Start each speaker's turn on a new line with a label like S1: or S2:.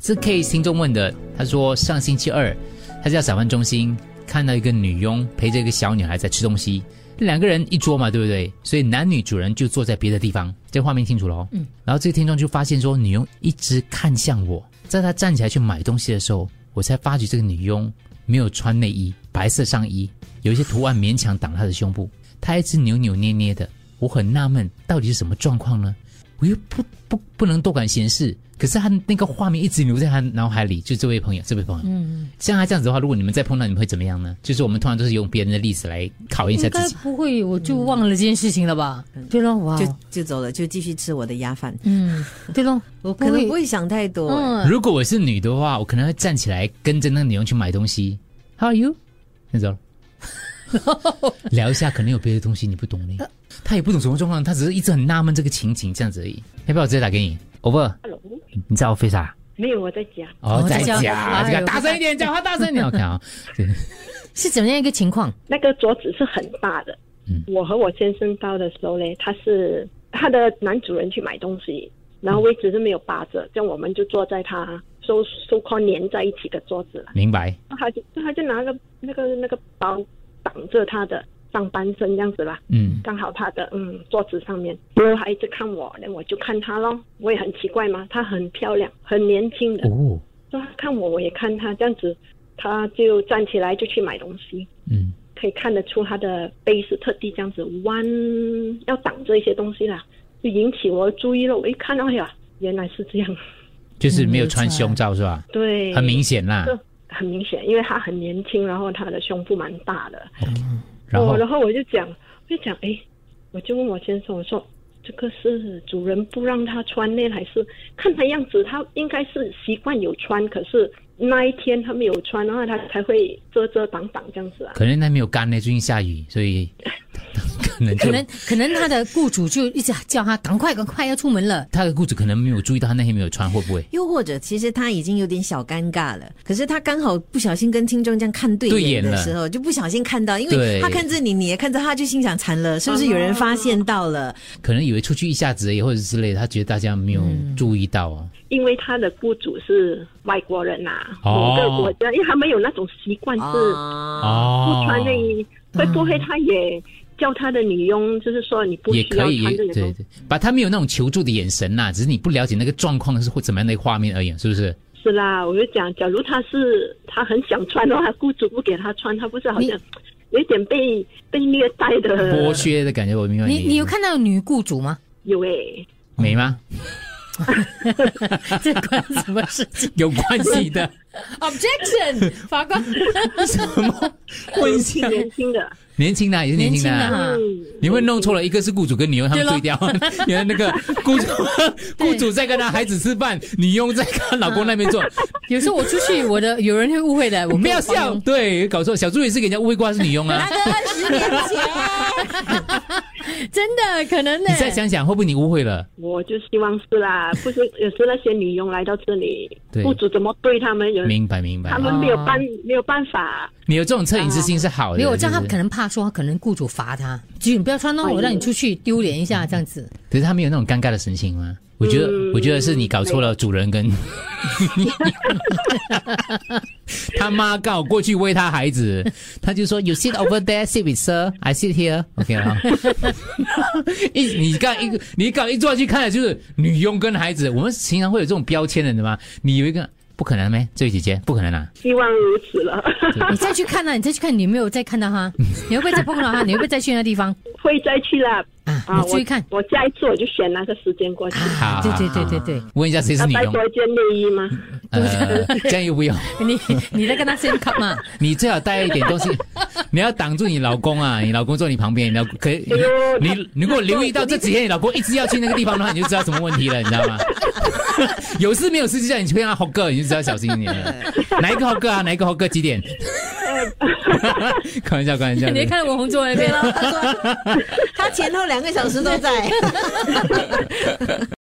S1: 这 case 听众问的，他说上星期二，他在散饭中心看到一个女佣陪着一个小女孩在吃东西，两个人一桌嘛，对不对？所以男女主人就坐在别的地方，这画面清楚了哦。嗯。然后这个听众就发现说，女佣一直看向我，在他站起来去买东西的时候，我才发觉这个女佣没有穿内衣，白色上衣有一些图案勉强挡她的胸部，她一直扭扭捏捏的。我很纳闷，到底是什么状况呢？我又不不不能多管闲事，可是他那个画面一直留在他脑海里，就这位朋友，这位朋友，嗯，像他这样子的话，如果你们再碰到，你们会怎么样呢？就是我们通常都是用别人的例子来考验一下
S2: 应
S1: 自
S2: 该
S1: 己。
S2: 不会，我就忘了这件事情了吧？对咯，哇哦，
S3: 就就走了，就继续吃我的鸭饭。
S2: 嗯，对咯，我
S3: 可能不
S2: 会，
S3: 会想太多、
S2: 嗯，
S1: 如果我是女的话，我可能会站起来跟着那个女佣去买东西，How are you？那 种聊一下，可能有别的东西你不懂
S2: 呃
S1: 呢。他也不懂什么状况，他只是一直很纳闷这个情景这样子而已。要不要我直接打给你？Over，
S4: Hello，
S1: 你在 office 啊？
S4: 没有我在家，
S1: 哦，
S2: 哦
S1: 在
S2: 在家
S1: 家，这
S2: 哎
S1: 个
S2: 呦
S1: 大声一点，讲话大声一 点。OK 啊，对
S2: 是怎么样一个情况？
S4: 那个桌子是很大的。
S1: 嗯
S4: 我和我先生到的时候嘞，他是他的男主人去买东西，然后位置是没有霸着，这样我们就坐在他收收靠粘在一起的桌子了。
S1: 明白。
S4: 他就他就拿个那个那个包挡着他的上半身这样子啦，
S1: 嗯，
S4: 刚好他的嗯桌子上面，然后他一直看我，那我就看他咯，我也很奇怪嘛，她很漂亮，很年轻的，
S1: 哦，
S4: 说他看我，我也看他，这样子，他就站起来就去买东西。
S1: 嗯，
S4: 可以看得出他的背是特地这样子弯，要挡着一些东西啦，就引起我的注意了。我一看，哎呀，原来是这样，
S1: 就是没有穿胸罩是吧？
S4: 对，
S1: 很明显啊啦。
S4: 这很明显，因为他很年轻，然后他的胸部蛮大的。
S1: 然后
S4: 哦、然后我就讲，我就讲，哎，我就问我先生，我说这个是主人不让他穿呢，还是看他样子，他应该是习惯有穿，可是那一天他没有穿，然后他才会遮遮挡挡这样子啊。
S1: 可能那没有干呢，最近下雨，所 以可能就
S2: 可能可能他的雇主就一直叫他赶快赶快要出门了。
S1: 他的雇主可能没有注意到他那天没有穿，会不会？
S3: 又或者，其实他已经有点小尴尬了，可是他刚好不小心跟听众这样看对
S1: 对眼
S3: 眼的
S1: 了
S3: 时候，就不小心看到，因
S1: 对
S3: 为他看着你，你也看着他，就心想惨了，是不是有人发现到了？
S1: 可能以为出去一下子而已，或者之类的，他觉得大家没有
S4: 嗯
S1: 注意到哦。
S4: 因为他的雇主是外国人呐、
S1: 哦
S4: 某个国家，因为他们有那种习惯是
S3: 啊，
S4: 不
S1: 哦，
S4: 穿内衣，会不会他也叫他的女佣，就是说你不
S1: 也
S4: 需要
S1: 哦可以，
S4: 穿这个
S1: 对
S4: 东
S1: 对
S4: 西？，
S1: 把他没有那种求助的眼神呐、只是你不了解那个状况是会怎么样的一个画面而已，是不是？
S4: 是啦，我就讲，假如他是他很想穿的话，雇主不给他穿，他不是好像有一点被被虐待的
S1: 剥削的感觉，我明白
S2: 你你有
S1: 的
S2: 看到女雇主 吗？
S4: 有诶、
S1: 美 吗？
S2: 这关什么事情
S1: 有关系的，
S2: ？Objection，法官，啊
S1: 什么？问一下，
S4: 年轻的，
S1: 年轻的啊也是年轻的
S2: 年轻的
S1: 啊
S2: 啊。
S4: 嗯，
S1: 你会弄错了，一个是雇主跟女佣他们对调， 原来那 个雇主雇主在跟他孩子吃饭，女佣在跟老公那边做，
S2: 有时候我出去，我的有人会误会的， 我
S1: 不要笑，对，搞错，小助理是给人家误会她是女佣啊。
S2: 二十年前， 真的可能呢、
S1: 你再想想，会不会你误会了？
S4: 我就希望是啦，不是有时那些女佣来到这里
S1: 对，
S4: 雇主怎么对他们，有
S1: 明白明白哦
S4: 他，们没有办、没有办法。
S1: 你有这种恻隐之心是好的。
S2: 没有，我知道他
S1: 是不
S2: 可
S1: 是，
S2: 能怕说，可能雇主罚他，就你不要穿哦，
S4: 哎呦
S2: 我让你出去丢脸一下这样子。
S1: 可是他没有那种尴尬的神情吗？我觉得，
S2: 嗯
S1: 我觉得是你搞错了主人 跟他妈刚好过去喂他孩子，他就说 You sit over there, sit with sir, I sit here. OK 啊， 一你刚一个你刚一坐下去看的就是女佣跟孩子，我们平常会有这种标签的，对吗？你有一个不可能没，这位姐姐不可能啊，
S4: 希望如此了，
S2: 你再去看啊，你再去看，你有没有再看到他？你会不会再碰到他？你会不会再去那地方
S4: 会再去啦。
S2: 啊？
S4: 啊，
S2: 你注意看。啊
S4: 我，我下一次我就选那个时间过去。
S1: 好，
S2: 对啊对对对对，
S1: 问一下谁是
S4: 要
S1: 女
S4: 带
S1: 佣
S4: 多？一件内衣吗？
S1: 呃，这样又不用。
S2: 你你在跟他 say cut 嘛？
S1: 你最好带一点东西，你要挡住你老公啊！你老公坐你旁边，你老可以，
S4: 呦
S1: 你你如果留意到这几天你老公一直要去那个地方的话，你就知道什么问题了，你知道吗？有事没有事就叫你去跟他 h o g 你就知道小心一点了。哪一个 h o g 啊？哪一个 h o g 几点？ 开玩笑，开玩笑
S2: 你。会看到我红桌那边了。
S3: 他前后两个小时都在。